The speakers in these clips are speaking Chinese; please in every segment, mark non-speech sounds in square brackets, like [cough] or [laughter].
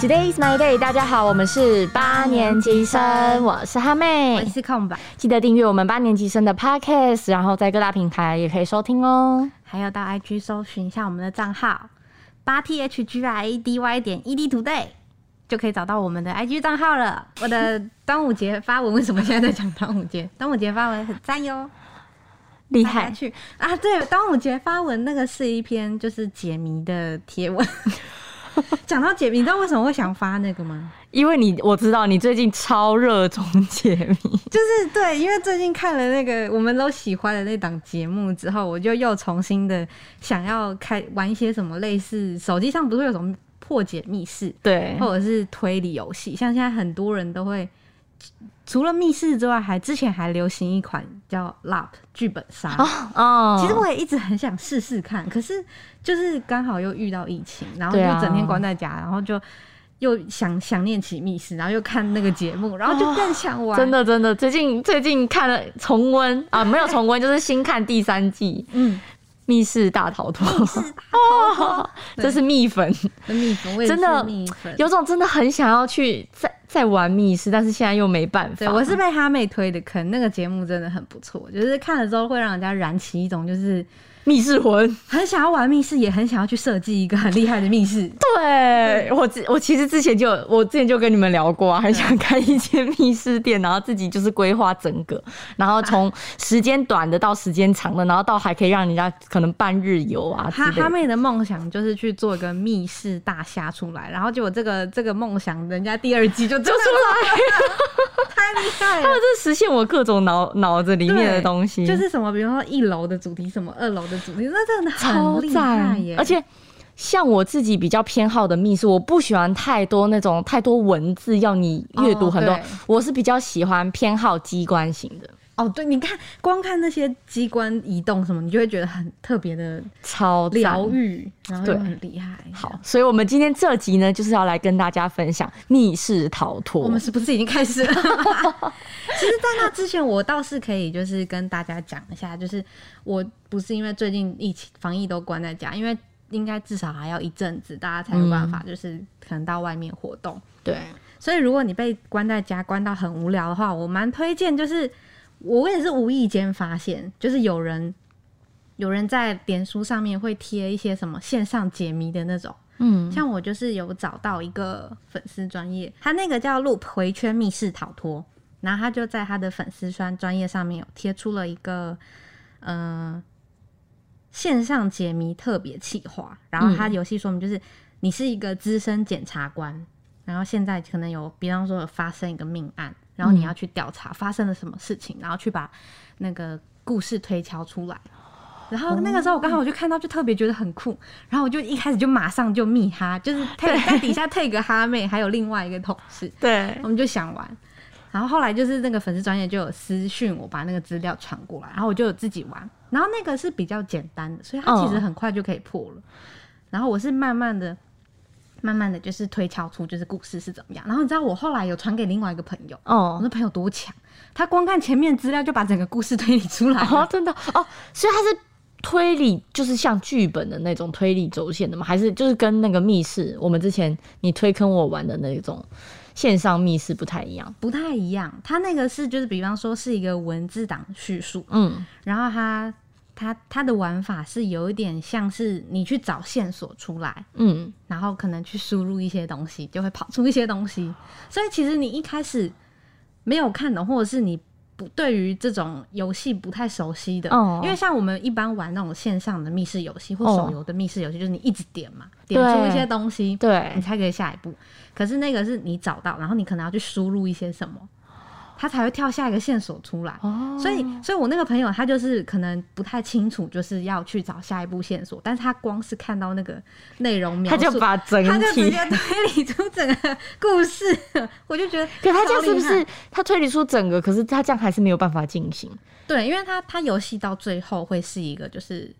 Today is my day。大家好，我们是八年级生，我是哈妹我。是空白，记得订阅我们八年级生的 Podcast，然后在各大平台也可以收听哦。还有到 IG 搜寻一下我们的账号八 t h g i a d y 点 e d today，就可以找到我们的 IG 账号了。我的端午节发文，为什么现在在讲端午节？ [laughs] 端午节发文很赞哟，厉大害家！去啊！对，端午节发文那个是一篇就是解谜的贴文。 [laughs] 讲到解谜，你知道为什么会想发那个吗？因为你我知道你最近超热衷解谜，就是对，因为最近看了那个我们都喜欢的那档节目之后，我就又重新的想要开玩一些什么类似手机上不是会有什么破解密室， [laughs] 对，或者是推理游戏，像现在很多人都会。除了密室之外，还之前还流行一款叫 LARP 剧本杀。哦其实我也一直很想试试看，可是就是刚好又遇到疫情，然后就对啊整天关在家，然后就又想想念起密室，然后又看那个节目，然后就更想哦玩。真的真的，最近最近看了重温啊，没有重温，就是新看第三 [laughs] 季《嗯，密室大逃脱》哦， [laughs] 这是蜜粉，蜜粉，我也真的是蜜粉。有种真的很想要去再再玩密室，但是现在又没办法。对，我是被哈妹推的坑，那个节目真的很不错，就是看了之后会让人家燃起一种就是密室魂。很想要玩密室，也很想要去设计一个很厉害的 [laughs] 密室。对嗯我之我其实之前就有我之前就跟你们聊过啊，很想开一间密室店，然后自己就是规划整个，然啊后从时间短的到时间长的，然后到还可以让人家可能半日游啊之哈类哈的。妹的梦想就是去做一个密室大虾出来，然后结果这个这个梦想，人家第二季就就 [laughs] 出来了，太厉害他了们！这实现我各种脑脑子里面的对东西，就是什么，比如说一楼的主题，什么二楼的主题，那真的好超厉害赞耶！，而且。像我自己比较偏好的密室，我不喜欢太多那种太多文字要你阅读哦很多，对我是比较喜欢偏好机关型的，哦，对，你看光看那些机关移动什么，你就会觉得很特别的超赞疗愈，然后又对很厉害。好，，所以我们今天这集呢，就是要来跟大家分享密室逃脱。我们是不是已经开始了？其实，在那之前，我倒是可以就是跟大家讲一下，就是我不是因为最近疫情防疫都关在家，因为应该至少还要一阵子，大家才有办法就是可能到外面活动。对所以，如果你被关在家关到很无聊的话，我蛮推荐，就是我也是无意间发现，就是有人有人在脸书上面会贴一些什么线上解谜的那种。嗯，像我就是有找到一个粉丝专业，他那个叫 Loop 回圈密室逃脱，然后他就在他的粉丝专专业上面有贴出了一个呃线上解谜特别企划，然后他游戏说明就是、你是一个资深检察官，然后现在可能有比方说有发生一个命案，然后你要去调查发生了什么事情，然后去把那个故事推敲出来。然后那个时候我刚好我就看到，就特别觉得很酷，然后我就一开始就马上就密哈，就是 tag 在底下 tag 哈妹，还有另外一个同事，对我们就想玩。然后后来就是那个粉丝专业就有私讯我，把那个资料传过来，然后我就有自己玩。然后那个是比较简单的，所以它嗯其实很快就可以破了。然后我是慢慢的、慢慢的就是推敲出就是故事是怎么样。然后你知道我后来有传给另外一个朋友，我哦那朋友多强，他光看前面资料就把整个故事推理出来了。哦，真的哦，所以它是推理，就是像剧本的那种推理轴线的吗？还是就是跟那个密室，我们之前你推坑我玩的那种线上密室不太一样？不太一样，它那个是就是比方说是一个文字档叙述，嗯，然后它它它的玩法是有一点像是你去找线索出来，嗯，然后可能去输入一些东西，就会跑出一些东西。所以其实你一开始没有看懂，或者是你不对于这种游戏不太熟悉的，哦因为像我们一般玩那种线上的密室游戏或哦手游的密室游戏，就是你一直点嘛，点出一些东西，你对，才可以下一步。可是那个是你找到，然后你可能要去输入一些什么，它才会跳下一个线索出来。哦所以，所以我那个朋友他就是可能不太清楚，就是要去找下一步线索，但是他光是看到那个内容描他述，就把整他就直体接推理出整个故事， [laughs] 我就觉得， [laughs] 可他这样是不是？他推理出整个？可是他这样还是没有办法进行。对？因为他他游戏到最后会是一个，就是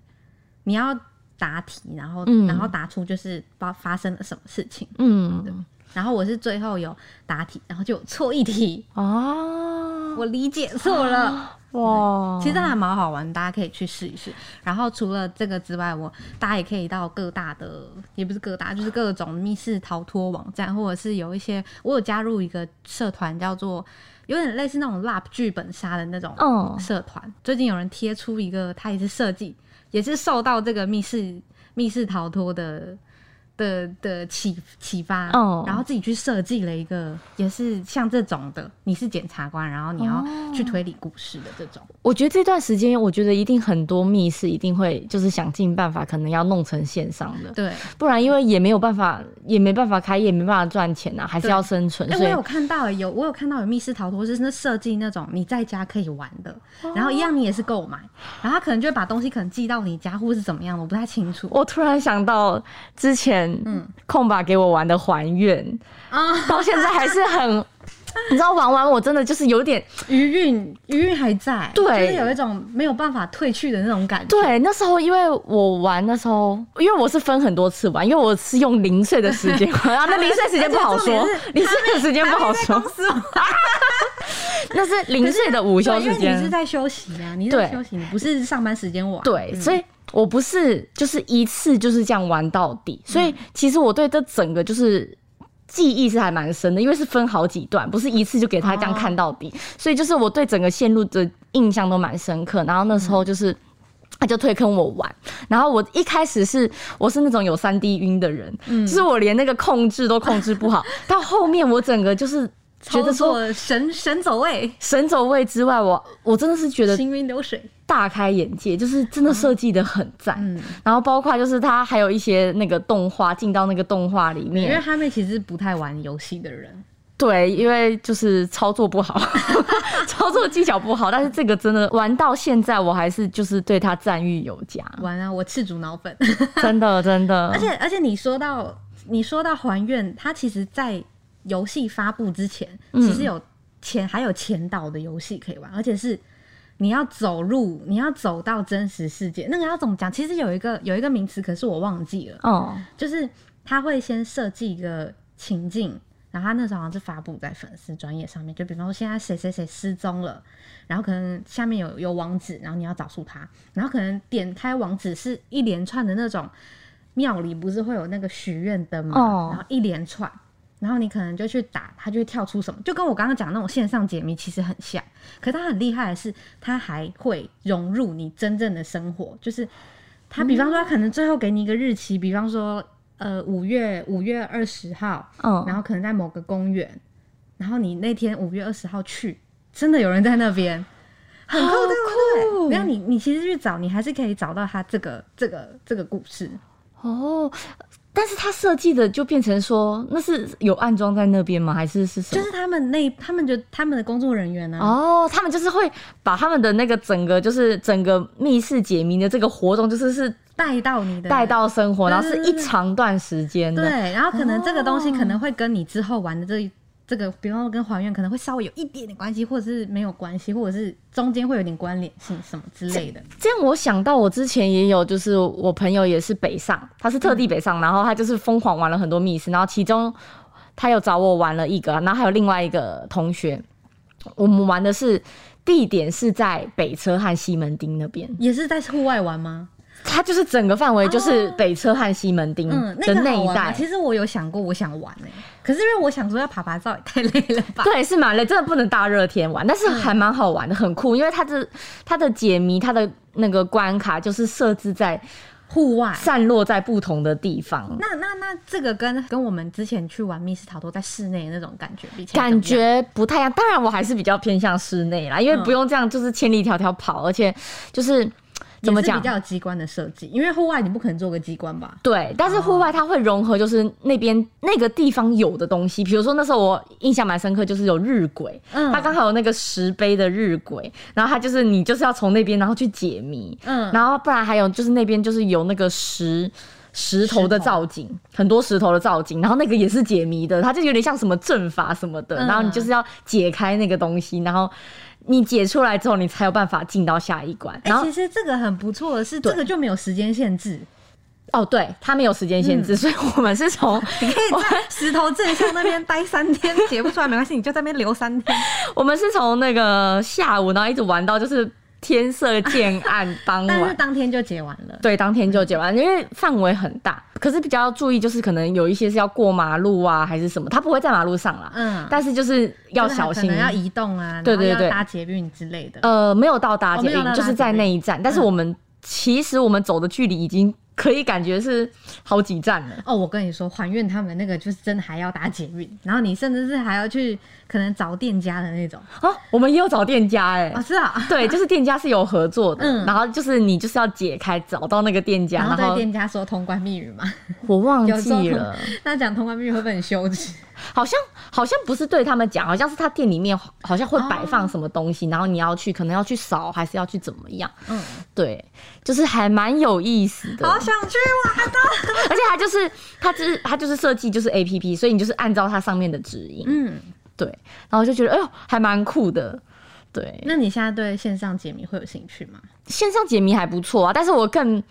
你要答题，然后、嗯然后答出就是发发生了什么事情，嗯，然后我是最后有答题，然后就有错一题，哦，我理解错了，哇，其实还蛮好玩，大家可以去试一试。然后除了这个之外，我大家也可以到各大的，也不是各大，就是各种密室逃脱网站，或者是有一些，我有加入一个社团，叫做有点类似那种 lab 剧本杀的那种嗯社团。最近有人贴出一个，他也是设计，也是受到这个密室密室逃脱的。的的启启发，嗯然后自己去设计了一个，也是像这种的，你是检察官，然后你要去推理故事的这种。我觉得这段时间，我觉得一定很多密室一定会就是想尽办法，可能要弄成线上的，对，不然因为也没有办法，也没办法开，也没办法赚钱啊，还是对要生存，哎、所我以有看到、有我有看到有密室逃脱是那设计那种你在家可以玩的，然后一样你也是购买，然后他可能就会把东西可能寄到你家或是怎么样的，我不太清楚我突然想到之前，嗯，空吧给我玩的还愿，啊。到现在还是 [laughs] 很，你知道玩完我真的就是有点余韵余韵还在，对就是有一种没有办法退去的那种感觉。，对，那时候因为我玩的时候，因为我是分很多次玩，因为我是用零碎的时间 [laughs] 玩，啊，那零碎时间不好说 [laughs] 而且重点是，零碎的时间不好说，那是零碎的午休对，因时为你是间。在休息啊，你是在对休息，你不是上班时间玩。对，所以我不是就是一次就是这样玩到底，所以其实我对这整个就是。记忆是还蛮深的，因为是分好几段，不是一次就给他这样看到底，所以就是我对整个线路的印象都蛮深刻。然后那时候就是。他就推坑我玩，然后我一开始是我是那种有三 D 晕的人，就是我连那个控制都控制不好，到后面我整个就是觉得说说神神走位，神走位之外，我我真的是觉得行云流水。大开眼界，就是真的设计的很赞。嗯，然后包括就是它还有一些那个动画进到那个动画里因为面，哈妹其实不太玩游戏的人，对，因为就是操作不好， [laughs] 操作技巧 [laughs] 不好，但是这个真的玩到现在，我还是就是对它赞誉有加， [laughs] 玩啊，我赤足脑粉。真的真的，而且而且你说到你说到还愿，它其实在游戏发布之前，嗯其实有前、还有前导的游戏可以玩，而且是你要走入，你要走到真实世界。那个要怎么讲？其实有一个有一个名词，可是我忘记了，哦，就是他会先设计一个情境。然后他那时候好像是发布在粉丝专业上面，就比方说现在谁谁谁失踪了，然后可能下面有有网址，然后你要找出他，然后可能点开网址是一连串的那种庙里不是会有那个许愿灯嘛，哦然后一连串，然后你可能就去打，它就会跳出什么，就跟我刚刚讲那种线上解谜其实很像，可它很厉害的是，它还会融入你真正的生活，就是它比方说它可能最后给你一个日期，比方说呃五月五月二十号，嗯，然后可能在某个公园，然后你那天五月二十号去，真的有人在那边，很酷，好对不酷哦对？然后你你其实去找，你还是可以找到他这个这个这个故事。哦。但是它设计的就变成说，那是有暗装在那边吗？还是是什就么？是他们那他们就他们的工作人员呢、哦，他们就是会把他们的那个整个就是整个密室解谜的这个活动，就是是带到你的带到生活，对然后是一长段时间的。哦对，然后可能这个东西可能会跟你之后玩的这这个，比方说跟还原可能会稍微有一点点关系，或者是没有关系，或者是中间会有点关联性什么之类的。这样我想到，我之前也有，就是我朋友也是北上，他是特地北嗯上，然后他就是疯狂玩了很多密室，然后其中他有找我玩了一个，然后还有另外一个同学，我们玩的是地点是在北车和西门町那边，也是在户外玩吗？他就是整个范围就是北车和西门町哦嗯，的那个好一玩吗带。其实我有想过，我想玩呢、可是因为我想说要爬爬照也太累了 [laughs] 吧。对，是蛮累，真的不能大热天玩，但是嗯还蛮好玩的，很酷，因为它的它的解谜，它的那个关卡就是设置在户外，散落在不同的地方，那那那这个跟跟我们之前去玩密室逃脱在室内的那种感觉比起来，感觉不太一样。当然，我还是比较偏向室内啦，因为不用这样就是千里迢迢跑，而且嗯就是怎么也是讲比？较有机关的设计，因为户外你不可能做个机关吧？对，但是户外它会融合，就是那边那个地方有的东西，比如说那时候我印象蛮深刻，就是有日晷，嗯它刚好有那个石碑的日晷，然后它就是你就是要从那边然后去解谜，嗯然后不然还有就是那边就是有那个石。石头的造景，很多石头的造景，然后那个也是解谜的，它就有点像什么阵法什么的，嗯然后你就是要解开那个东西，然后你解出来之后，你才有办法进到下一关。哎、然后、其实这个很不错的是，对这个就没有时间限制，哦，对，它没有时间限嗯制，所以我们是 [laughs] 从你可以在石头镇上那边待三天，解不出来没关系，你就在那边留三天。我们是从那个下午，然后一直玩到就是天色渐暗傍但是晚。当天就解完了。对，当天就解完，因为范围很大，可是比较要注意，就是可能有一些是要过马路啊，还是什么，它不会在马路上啦，嗯，但是就是要就是小可心，能要移动啊，对然后对对要搭捷运之类的。呃，没有到达哦捷没有运，到就是达在捷运那一站，但是嗯我们其实我们走的距离已经可以感觉是好几站了。哦，我跟你说，还愿他们那个就是真的还要搭捷运，然后你甚至是还要去可能找店家的那种啊，我们也有找店家哎、啊，是啊，对，就是店家是有合作的，嗯然后就是你就是要解开，找到那个店家，然后然对后店家说通关密语嘛， [laughs] 我忘有时候记通了，那讲通关密语会不会很羞 [laughs] 耻？好像好像不是对他们讲，好像是他店里面好像会摆放什么东哦西，然后你要去，可能要去扫，还是要去怎么样？嗯，对，就是还蛮有意思的，好想去啊玩的。而且它就是它就是它就是设计就是 A P P，所以你就是按照它上面的指引，嗯，对，然后就觉得哎呦还蛮酷的，对，那你现在对线上解谜会有兴趣吗？线上解谜还不错啊，但是我更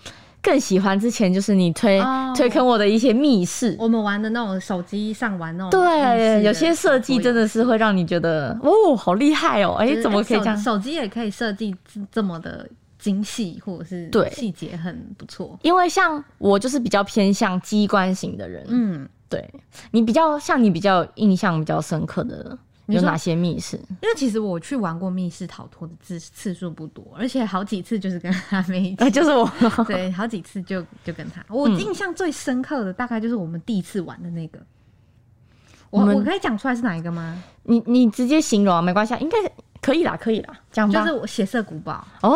更喜欢之前就是你推、哦推坑我的一些密室。我们玩的那种手机上玩那种密室的对，有些设计真的是会让你觉得哦，好厉害哦！哎、就是怎么可以手这样？手机也可以设计这这么的精细，或者是对细节很不错。因为像我就是比较偏向机关型的人，嗯，对你比较像你比较印象比较深刻的你有说哪些密 [laughs] 室？因为其实我去玩过密室逃脱的次次数不多，而且好几次就是跟阿妹一 [laughs] 起，呃，就是我对，好几次就就跟他。我嗯印象最深刻的大概就是我们第一次玩的那个。我我们我可以讲出来是哪一个吗？你你直接形容啊，没关系，啊，应该可以啦，可以啦，讲吧。就是我血色古堡哦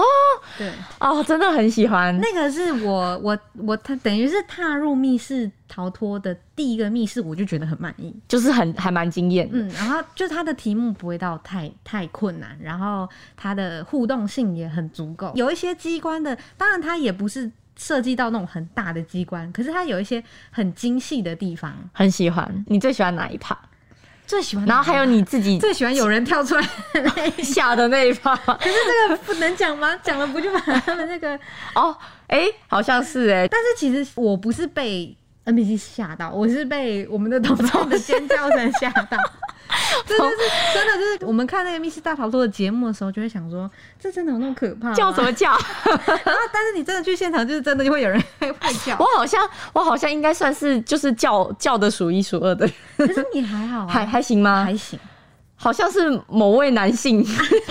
对，哦，真的很喜欢，那个是我我我他等于是踏入密室逃脱的第一个密室，我就觉得很满意。就是很还蛮惊艳的。嗯，然后就它的题目不会到太太困难，然后它的互动性也很足够。有一些机关的，当然它也不是设计到那种很大的机关，可是它有一些很精细的地方。很喜欢。你最喜欢哪一趴？最喜欢哪然后还有你自 [laughs] 己最喜欢有人跳 [laughs] 出来，下的那一趴。可是这个不能讲吗？讲了不就把他们那个？ [laughs] 哦，哎、好像是哎、但是其实我不是被 NPC 吓到，我是被我们的同伴的尖叫声吓 [laughs] 到。这就是真的，就是我们看那个密室大逃脱的节目的时候，就会想说，这真的有那么可怕吗？叫什么 [laughs] 叫？然后，但是你真的去现场，就是真的就会有人 [laughs] 会叫我。好像我好像应该算是就是叫叫的数一数二的，可是你还好啊，还还行吗？还行，好像是某位男 [laughs] 性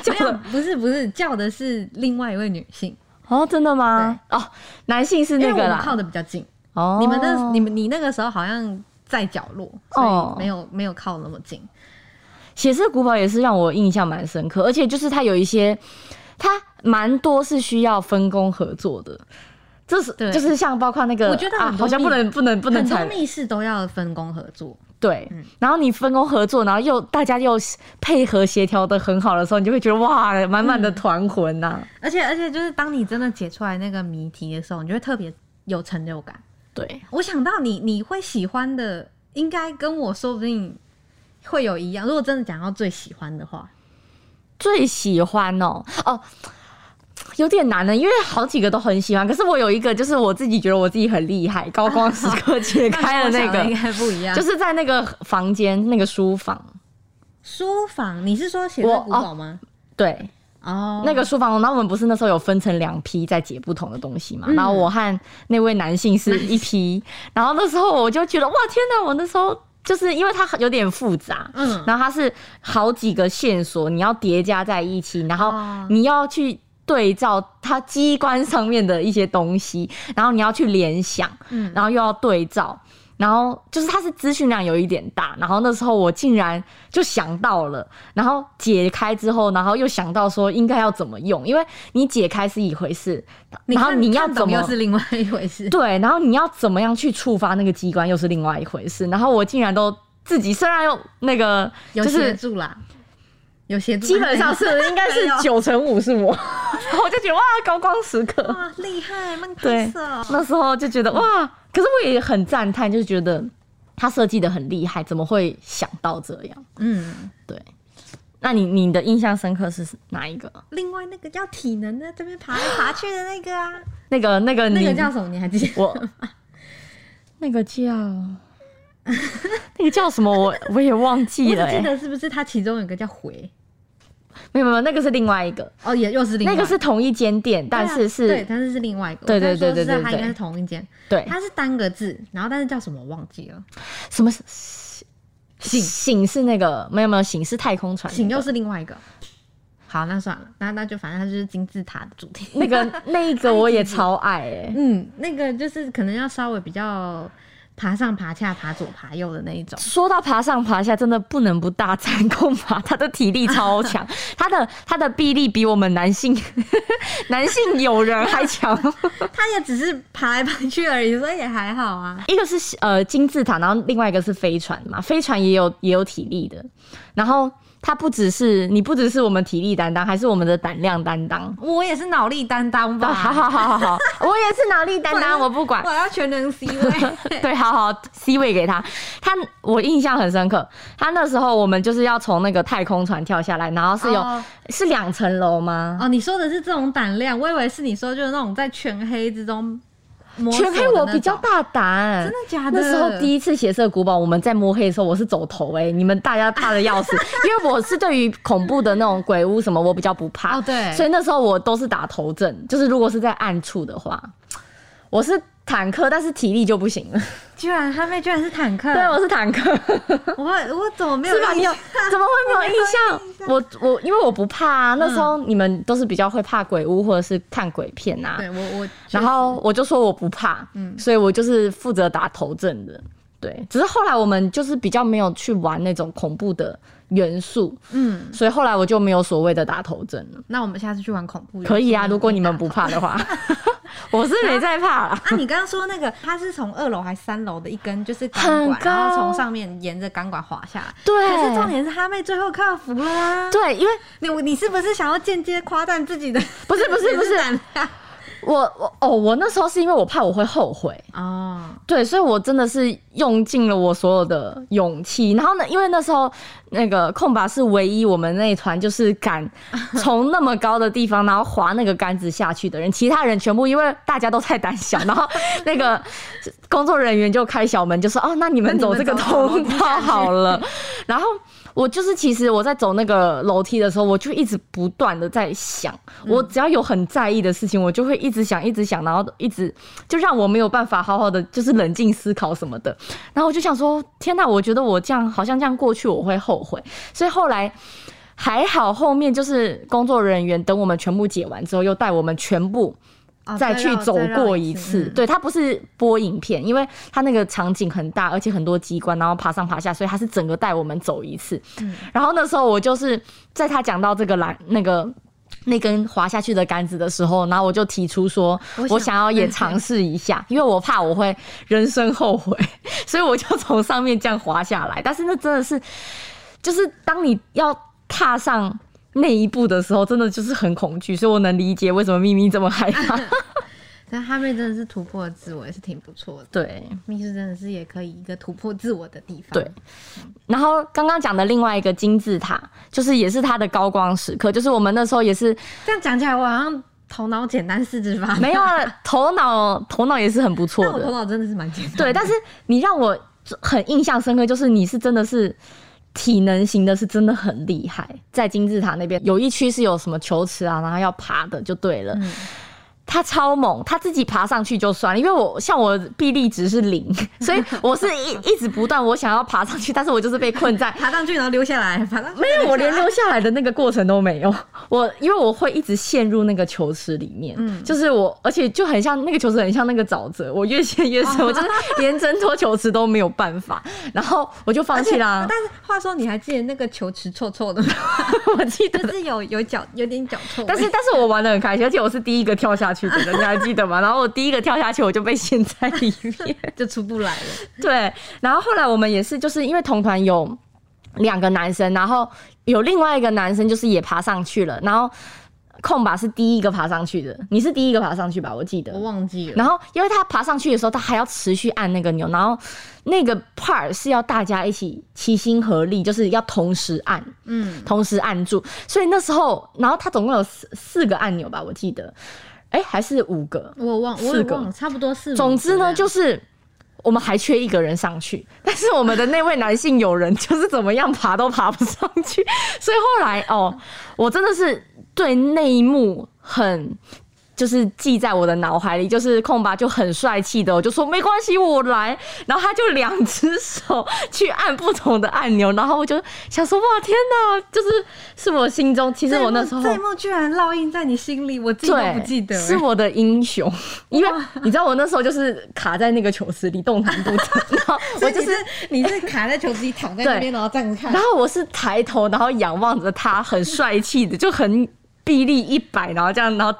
叫没有的。，不是不是，叫的是另外一位女性，哦，真的吗？哦，男性是因为那我个们啦。靠的比较近。哦，你们的你们你那个时候好像在角落，所哦以没有没有靠那么近。血色古堡也是让我印象蛮深刻，而且就是它有一些，它蛮多是需要分工合作的。这是对就是像包括那个，我觉得啊、很多好像不密能不能不能很多踩密室都要分工合作，对嗯，然后你分工合作，然后又大家又配合协调的很好的时候，你就会觉得哇，满满的团魂呐、而且而且就是当你真的解出来那个谜题的时候，你就会特别有成就感。对，我想到你你会喜欢的，应该跟我说不定会有一样。如果真的讲到最喜欢的话，最喜欢哦哦。有点难呢，因为好几个都很喜欢，可是我有一个就是我自己觉得我自己很厉害，高光时刻解开了 [laughs] 那跟我想的个，应该不一样，就是在那个房间那个书房，书房，你是说写在古堡吗？对，哦，那个书房，然后我们不是那时候有分成两批在解不同的东西嘛？嗯然后我和那位男性是一批，然后那时候我就觉得哇天哪！我那时候就是因为它有点复杂，嗯然后它是好几个线索你要叠加在一起，然后哦你要去。对照它机关上面的一些东西，然后你要去联想，嗯然后又要对照，然后就是它是资讯量有一点大，然后那时候我竟然就想到了，然后解开之后，然后又想到说应该要怎么用，因为你解开是一回事，然后看你要看怎懂么又是另外一回事。对，然后你要怎么样去触发那个机关又是另外一回事，然后我竟然都自己虽然有那个有就协是。助啦，有协助，基本上是应该是没有九成五是我，然后我就觉得哇高光时刻， [laughs] 哇厉害，慢哦对拍手。那时候就觉得哇，可是我也很赞叹，就是觉得他设计的很厉害，怎么会想到这样？嗯，对，那你你的印象深刻是哪一个？另外那个叫体能的，这边爬来爬去的那个啊，那个那个你 [laughs] 那个叫什么？你还记得？我那个叫 [laughs] 那个叫什么我我也忘记我了、只记欸，得是不是它其中有一个叫回没有没有，那个是另外一个，哦，也又是另外那个是同一间店，对啊但是是对，但是是另外一个。对对我刚才对对说是对它对应该是同一间，对它是单个字，然后但是叫什么我忘记了。什么醒醒是那个没有没有醒是太空船，请又是另外一个。好，那算了，那那就反正它就是金字塔的主题。那个 [laughs] 那一个我也超爱哎、嗯，那个就是可能要稍微比较爬上爬下、爬左爬右的那一种。说到爬上爬下，真的不能不大赞贡马，他的体力超强， [laughs] 他的他的臂力比我们男性 [laughs] 男性友人还强。它也只是爬来爬去而已，所以也还好啊。 [laughs] 一个是呃金字塔，然后另外一个是飞船嘛，飞船也有也有体力的，然后。它不只是你，不只是我们体力担当，还是我们的胆量担当。我也是脑力担当吧， [laughs] 好好好好好，我也是脑力担 [laughs] 当，我不管我。要全能 C [laughs] 位。对，好好 C 位给他。他我印象很深刻，他那时候我们就是要从那个太空船跳下来，然后是有、哦是两层楼吗？哦，你说的是这种胆量，我以为是你说就是那种在全黑之中摸索全的黑我那比较种大胆，哦真的假的那时候第一次血色古堡，我们在摸黑的时候，我是走头哎、你们大家怕的 [laughs] 要死，因为我是对于恐怖的那种鬼屋什么，我比较不怕，哦对所以那时候我都是打头阵，就是如果是在暗处的话，我是坦克，但是体力就不行了，居然他妹居然是坦克，对，我是坦克。我我怎么没有是吧？[laughs] 印 [laughs] 你有象怎么会没有印象？我我因为我不怕啊，那时候你们都是比较会怕鬼屋或者是看鬼片啊，对我我 [laughs] 然后我就说我不怕，嗯所以我就是负责打头阵的。对，只是后来我们就是比较没有去玩那种恐怖的元素，嗯，所以后来我就没有所谓的打头阵了。那我们下次去玩恐怖游戏可以啊，如果你们不怕的话，我是没在怕啦。啊，你刚刚说那个，它是从二楼还是三楼的一根就是钢很管，高然后从上面沿着钢管滑下来。对可是重点是哈妹最后克服了啊！对，因为你你是不是想要间接夸赞自己的？不是不是 [laughs] 不是胆量我我哦，我那时候是因为我怕我会后悔，哦，对，所以我真的是用尽了我所有的勇气。然后呢，因为那时候那个空吧是唯一我们那一团就是 [laughs] 敢从那么高的地方，然后划那个杆子下去的人，其他人全部因为大家都太胆小，然后那个工作人员就开小门，就说：“哦，那你们走这个通道好了。”然后我就是，其实我在走那个楼梯的时候，我就一直不断的在想，我只要有很在意的事情，我就会一直想，一直想，然后一直就让我没有办法好好的就是冷静思考什么的。然后我就想说，天哪，我觉得我这样好像这样过去我会后悔，所以后来。还好，后面就是工作人员等我们全部解完之后，又带我们全部哦再去绕走绕过一一次。嗯对，它不是播影片，因为它那个场景很大，而且很多机关，然后爬上爬下，所以它是整个带我们走一次。嗯然后那时候我就是在他讲到这个栏那个。那根滑下去的杆子的时候，然后我就提出说，我我想嗯想要也尝试一下，因为我怕我会人生后悔，所以我就从上面这样滑下来。但是那真的是，就是当你要踏上那一步的时候，真的就是很恐惧，所以我能理解为什么咪咪这么害怕。但哈妹真的是突破自我，也是挺不错的。对，密室真的是也可以一个突破自我的地方。对然后刚刚讲的另外一个金字塔，就是也是它的高光时刻，就是我们那时候也是这样讲起来，我好像头脑简单四肢发达。没有啊头脑，头脑也是很不错但我头的。脑真的是蛮简单。对，但是你让我很印象深刻，就是你是真的是体能型的，是真的很厉害。在金字塔那边有一区是有什么球池啊，然后要爬的就对了。嗯他超猛，他自己爬上去就算了，因为我像我臂力值是零， [laughs] 所以我是一一直不断我想要爬上去，但是我就是被困在爬上去然后溜下来，爬上去没有，我连溜下来的那个过程都没有。啊 [laughs] 我因为我会一直陷入那个球池里面，嗯就是我，而且就很像那个球池，很像那个沼泽，我越陷越 [laughs] 深，我就是连挣脱球池都没有办法，然后我就放而弃且啦。但是话说，你还记得那个球池臭臭的吗？ [laughs] 我记得就。是有有脚有点脚臭味，但是，但是我玩的很开心，而且我是第一个跳下去的人，你还记得吗？然后我第一个跳下去，我就被陷在里面。就出不来了。 [laughs] 对，然后后来我们也是，就是因为同团有两个男生，然后有另外一个男生就是也爬上去了，然后空吧是第一个爬上去的，你是第一个爬上去吧？我记我得。忘记了。然后，因为他爬上去的时候，他还要持续按那个钮，然后那个 part 是要大家一起齐心合力，就是要同时按。嗯，同时按住，所以那时候，然后他总共有四四个按钮吧，我记得，哎、还是五个，我忘我四也个忘了，差不多是。总之呢，就是是我们还缺一个人上去， [laughs] 但是我们的那位男性友人就是怎么样爬都爬不上去， [laughs] 所以后来哦，我真的是对那一幕很。就是记在我的脑海里，就是空吧就很帅气的，我就说没关系，我来。然后他就两只手去按不同的按钮，然后我就想说哇天哪，就是是我心中，其实这一我幕那时候这一幕居然烙印在你心里，我自己都对，不记得、是我的英 [laughs] 雄，因为你知道我那时候就是卡在那个球池里动弹不得， [laughs] 然后我我就就是是。你是卡在球池里躺在那边，然后这样看然，后我是抬头，然后仰望着他，很帅气的，就很臂力一百，然后这样，然后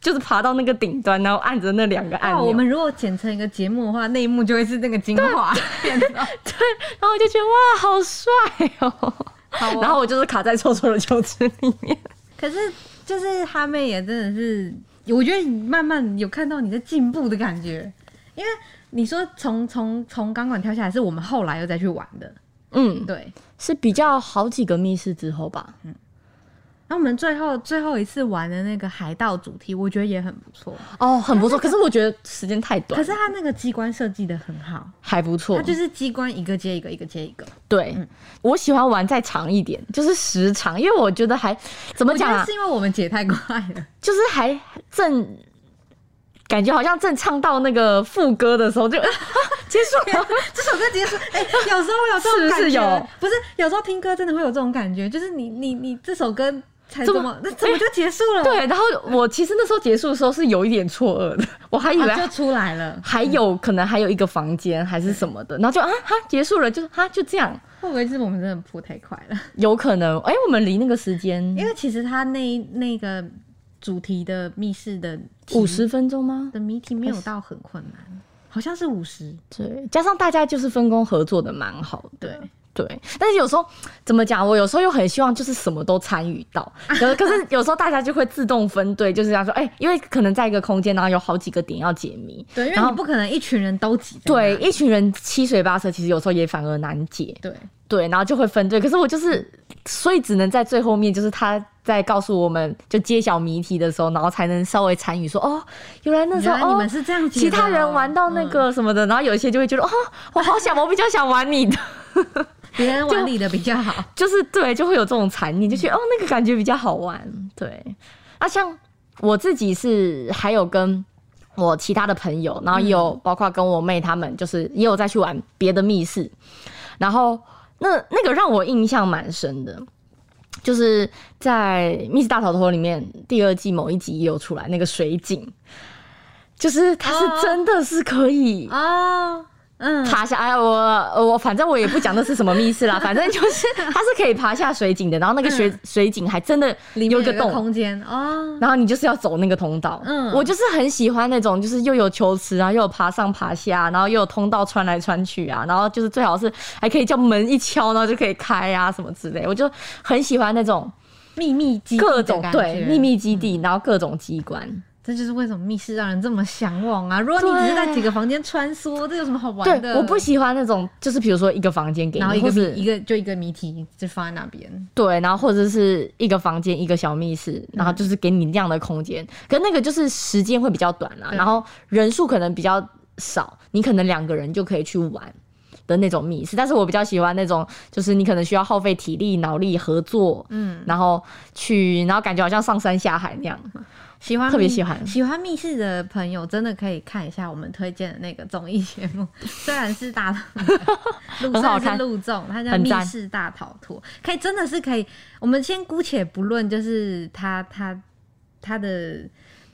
就是爬到那个顶端，然后按着那两个按哇，钮，我们如果剪成一个节目的话，那一幕就会是那个精华片段。对，然后我就觉得哇，好帅哦。好 [laughs] 哦然后我就是卡在臭臭的球池里面， [laughs] 可是就是哈妹也真的是，我觉得你慢慢有看到你在进步的感觉，因为你说从从从钢管跳下来是我们后来又再去玩的，嗯，对。是比较好几个密室之后吧，那我们最后最后一次玩的那个海盗主题，我觉得也很不错。哦，很不错。可是我觉得时间太短，可是它那个机关设计的很好，还不错，它就是机关一个接一个，一个接一个。对，嗯我喜欢玩再长一点，就是时长，因为我觉得还怎么我觉讲得啊是，因为我们解太快了，就是还正感觉好像正唱到那个副歌的时 [laughs] 候就、啊、结束了。这首歌结束。 [laughs] 哎、有时候会有这种是不感觉，是有不是有时候听歌真的会有这种感觉，就是你你你这首歌才这怎么么那怎么就结束了？ [laughs] 啊对，然后我其实那时候结束的时候是有一点错愕的， [laughs] 我还以为啊就嗯出来了，还有可能还有一个房间还是什么的，然后就啊哈结束了，就是哈就这样，会不会是我们真的铺太快了？有可能哎、我们离那个时间因为其实他那一那个主题的密室的题五十分钟吗？的谜题没有到很困难，好像是五十。对，加上大家就是分工合作的蛮好的。对对，但是有时候怎么讲？我有时候又很希望就是什么都参与 [laughs] 到，可可是有时候大家就会自动分队，就是这样说，哎、因为可能在一个空间，然后有好几个点要解谜，对，因为然后你不可能一群人都挤在那对，里。一群人七嘴八舌，其实有时候也反而难解，对，对，然后就会分队。可是我就是，所以只能在最后面，就是他在告诉我们就揭晓谜题的时候，然后才能稍微参与，说哦，原来那时原候来你们哦是这样嗯解的哦，其他人玩到那个什么的，然后有一些就会觉得哦，我好想，我比较想玩你的，别人玩你的比较好。 [laughs] 就是对，就会有这种残念，就觉得哦，那个感觉比较好玩。对，啊，像我自己是还有跟我其他的朋友，然后也有包括跟我妹他们，就是也有再去玩别的密室，然后那那个让我印象蛮深的。就是在《密室大逃脱》里面第二季某一集也有出来那个水井，就是它哦是真的是可以哦，嗯，爬下哎，我我反正我也不讲那是什么密 [laughs] 室啦，反正就是它是可以爬下水井的，然后那个水、水井还真的嗯里面有有一个一个洞。空间哦。然后你就是要走那个通道，嗯我就是很喜欢那种，就是又有球池啊，又有爬上爬下，然后又有通道穿来穿去啊，然后就是最好是还可以叫门一敲，然后就可以开啊什么之类，我就很喜欢那种秘密基地的各种感对觉秘，密基地，然后各种机关，这就是为什么密室让人这么向往啊！如果你只是在几个房间穿梭，这有什么好玩对的？，我不喜欢那种就是比如说一个房间给然后你，一个或是谜一个就一个谜题就放在那边，对，然后或者是一个房间一个小密室，嗯然后就是给你那样的空间，可那个就是时间会比较短啦，对然后人数可能比较少，你可能两个人就可以去玩的那种密室。但是我比较喜欢那种，就是你可能需要耗费体力、脑力合作，嗯，然后去，然后感觉好像上山下海那样。 [laughs] 喜欢特别密喜欢喜欢密室的朋友，真的可以看一下我们推荐的那个综艺节 [laughs] 目，虽然是大陆虽很好然看是陆综，它叫《很密赞室大逃脱》，可以真的是可以。我们先姑且不论，就是它它它的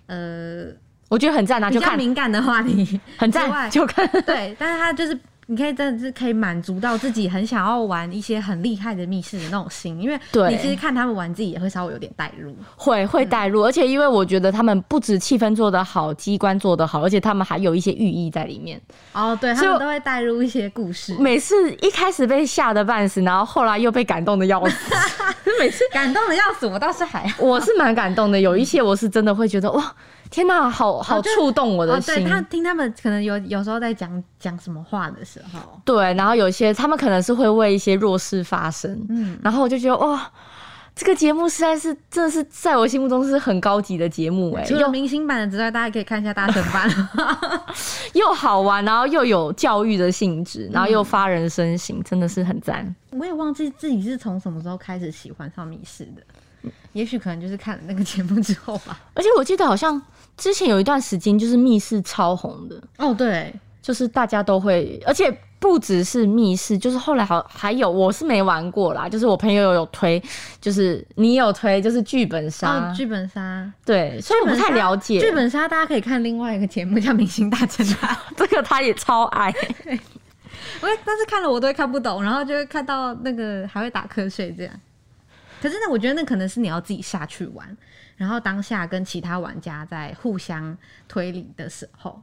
呃我觉得很赞啊，比就较看，敏感的话题，很之外赞，就 [laughs] 看。对，但是它就是你可以真的是可以满足到自己很想要玩一些很厉害的密室的那种心，因为对你其实看他们玩，自己也会稍微有点代入。会嗯会带入，而且因为我觉得他们不止气氛做得好，机关做得好，而且他们还有一些寓意在里面。哦，对他所以们我都会带入一些故事，每次一开始被吓得半死，然后后来又被感动的要 [laughs] 死。每次感动的要死，我倒是还。我是蛮感动的，有一些我是真的会觉得哇，天哪，好好就触动我哦的，对心。他听他们可能有有时候在讲讲什么话的时候，对，然后有一些他们可能是会为一些弱势发声，嗯，然后我就觉得哇，这个节目实在是真的是在我心目中是很高级的节目哎、除了明星版的之外，大家可以看一下大神版。又又好玩，然后又有教育的性质，嗯然后又发人深省，真的是很赞。 [laughs] 我也忘记自己是从什么时候开始喜欢上迷失的，也许可能就是看了那个节目之后吧。而且我记得好像之前有一段时间就是密室超红的，哦，对，就是大家都会，而且不只是密室，就是后来好还有我是没玩过啦，就是我朋友有推，就是你有推，就是剧本杀，哦，剧本杀，对，所以我不太了解剧本杀大家可以看另外一个节目叫《明星大侦探》，这个，他也超爱。 [laughs] 我也但是看了我都会看不懂，然后就会看到那个还会打瞌睡这样。可是呢，我觉得那可能是你要自己下去玩，然后当下跟其他玩家在互相推理的时候，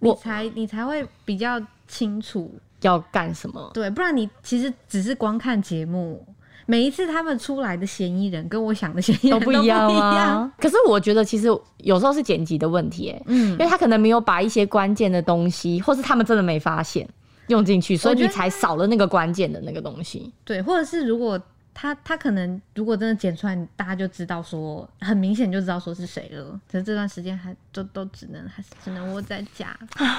你我才你才会比较清楚要干什么？对，不然你其实只是光看节目，每一次他们出来的嫌疑人跟我想的嫌 [laughs] 疑都人不一一样样啊吗？可是我觉得其实有时候是剪辑的问题、欸，因嗯，为他可能没有把一些关键的东西，或是他们真的没发现用进去，所以我觉你得才少了那个关键的那个东西。对，或者是如果他他可能如果真的剪出来，大家就知道说，很明显就知道说是谁了。可是这段时间还都都只能还是只能窝在家，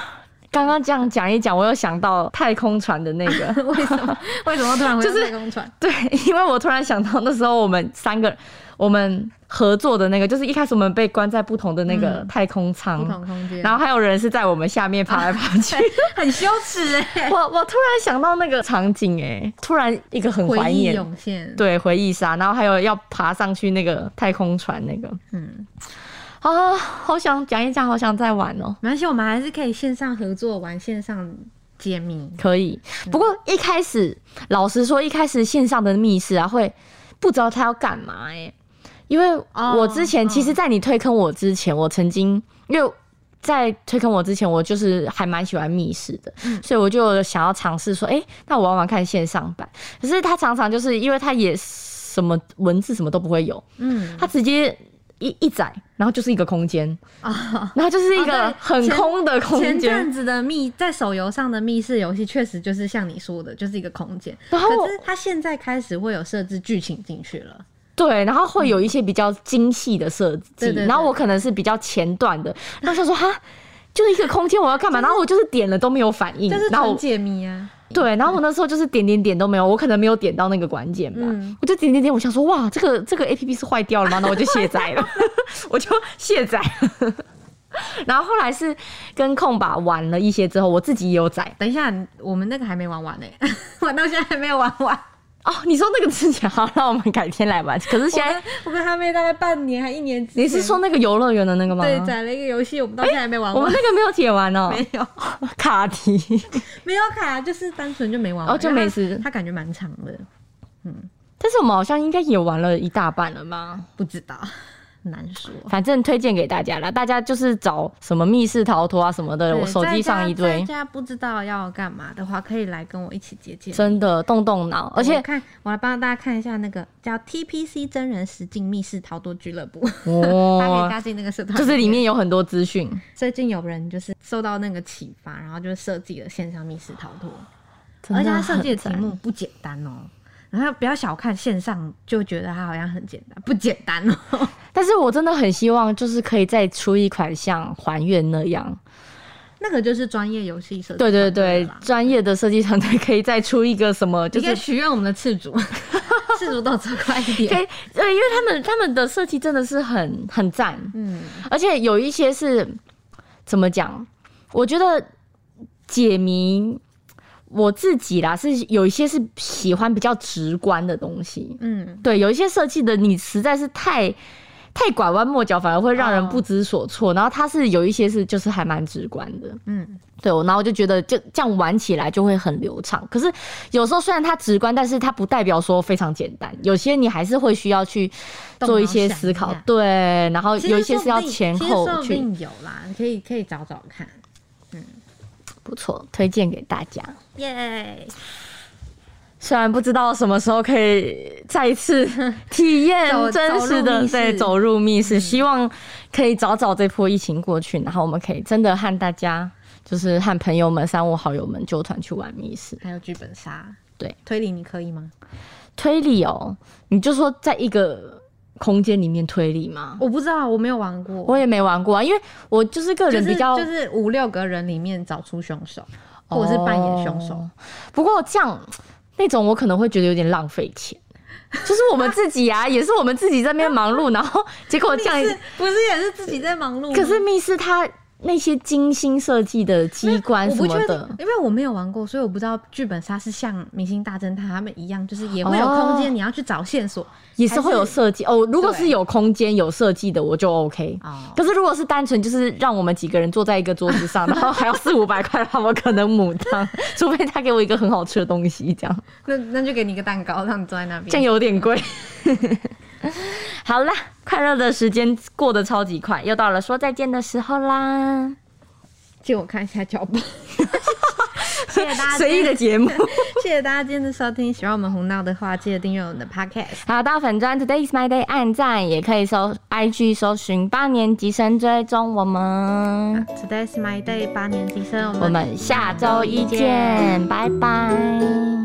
[laughs] 刚刚这样讲一讲，我又想到太空船的那个，为什么为什么突然回到就是太空船？ [laughs] 对，因为我突然想到那时候我们三个我们合作的那个，就是一开始我们被关在不同的那个嗯太空舱，不同空间，然后还有人是在我们下面爬来爬 [laughs] 去。很羞耻 [laughs] 哎、我我突然想到那个场景、哎，突然一个很怀回忆念，涌现，对，回忆杀，然后还有要爬上去那个太空船那个，嗯，啊，好想讲一讲，好想再玩哦。没关系，我们还是可以线上合作玩线上解谜。可以，嗯不过一开始，老实说，一开始线上的密室啊，会不知道他要干嘛哎、因为哦我之前，哦其实，在你推坑我之前，我曾经因为在推坑我之前，我就是还蛮喜欢密室的，嗯所以我就想要尝试说，哎、那我玩玩看线上版。可是他常常就是因为他也什么文字什么都不会有，嗯，他直接一一载，然后就是一个空间，啊、然后就是一哦个对很前空的空前间。阵子的密在手游上的密室游戏，确实就是像你说的，就是一个空间。然后可是它现在开始会有设置剧情进去了，对，然后会有一些比较精细的设计，嗯对对对然后我可能是比较前段的，然后想说哈，就是一个空间我要干嘛？ [laughs] 然后我就是点了都没有反应，就是然后纯嗯我解谜啊。对，然后我那时候就是点点点都没有，我可能没有点到那个关键吧，嗯我就点点点，我想说哇，这个这个 A P P 是坏掉了吗？那我就卸载 [laughs] 了，我就卸载了。然后后来是跟空吧玩了一些之后，我自己也有载等一下，我们那个还没玩完呢、 [laughs] 玩到现在还没有玩完。哦。你说那个之前好，那我们改天来玩。可是现我在跟我跟哈妹大概半年还一年之前，你是说那个游乐园的那个吗？哎对载了一个游戏，我们到现在还没玩我们完。那个没有解完哦， [laughs] 没有， [laughs] 卡题。没有卡，就是单纯就没玩完。哦就没事因为它它感觉蛮长的，但是我们好像应该也玩了一大半了吧？不知道，难说。反正推荐给大家啦，大家就是找什么密室逃脱啊什么的，对我手机上一在家在堆，家不知道要干嘛的话，可以来跟我一起解解。真的动动脑。而且我看我来帮大家看一下那个叫 TPC 真人实境密室逃脱俱乐部，大家可以哇，加进那个社团，就是里面有很多资讯，最近有人就是受到那个启发，然后就设计了线上密室逃脱，真而且的啊很他设计的题赞目不简单哦。然后不要小看线上，就觉得它好像很简单，不简单哦。 [laughs] 但是我真的很希望就是可以再出一款像还原那样，那个就是专业游戏设计对团队对了对啦，专业的设计团队可以再出一个什么，就你可以是许愿我们的次 [laughs] 主，次主动作快一可以，点。对，因为他们他们的设计真的是很很赞，嗯，而且有一些是怎么讲？我觉得解谜我自己啦，是有一些是喜欢比较直观的东西。嗯，对，有一些设计的你实在是太太拐弯抹角，反而会让人哦不知所措。然后它是有一些是就是还蛮直观的。嗯，对，我然后我就觉得就这样玩起来就会很流畅。可是有时候虽然它直观，但是它不代表说非常简单，有些你还是会需要去动做一脑些想思一考下。对，然后其有一实些说是要不定前其实后说不去，定有啦，你可以可以找找看。不错，推荐给大家。耶、虽然不知道什么时候可以再一 [laughs] 次体验走真实走入的密室嗯对走入密室，希望可以早早这波疫情过去，然后我们可以真的和大家。就是和朋友们、三五好友们纠团去玩密室，还有剧本杀，对，推理你可以吗？推理哦，你就说在一个空间里面推理嘛。我不知道，我没有玩过。我也没玩过啊，因为我就是个就人是比较，就是五六个人里面找出凶手，或者是扮演凶手。 [laughs] 哦不过这样那种我可能会觉得有点浪费钱，就是我们自己啊， [laughs] 也是我们自己在那边忙碌，然后结果这样你。是不是也是自己在忙碌吗？可是密室它那些精心设计的机关我什不么确定的，，因为我没有玩过，所以我不知道剧本杀是像《明星大侦探》他们一样，就是也会有空间，你要去找线索。也是会有设计哦。如果是对有空间有设计的，我就 OK。哦，可是如果是单纯就是让我们几个人坐在一个桌子 [laughs] 上，然后还要四五百块，让我可能母汤， [laughs] 除非他给我一个很好吃的东西，这样那那就给你一个蛋糕，让你坐在那这样边。有点贵。 [laughs] 好啦，快乐的时间过得超级快，又到了说再见的时候啦！借我看一下脚本。 [laughs] 谢谢大家，随意的节目，谢谢大家今天的收听。喜欢我们胡闹的话，记得订阅我们的 podcast。 [laughs] 好，到粉专 Today is my day 按赞，也可以搜 IG 搜寻八年级生追踪我们， Today's my day，八年级生，我我们们下周一见，拜拜。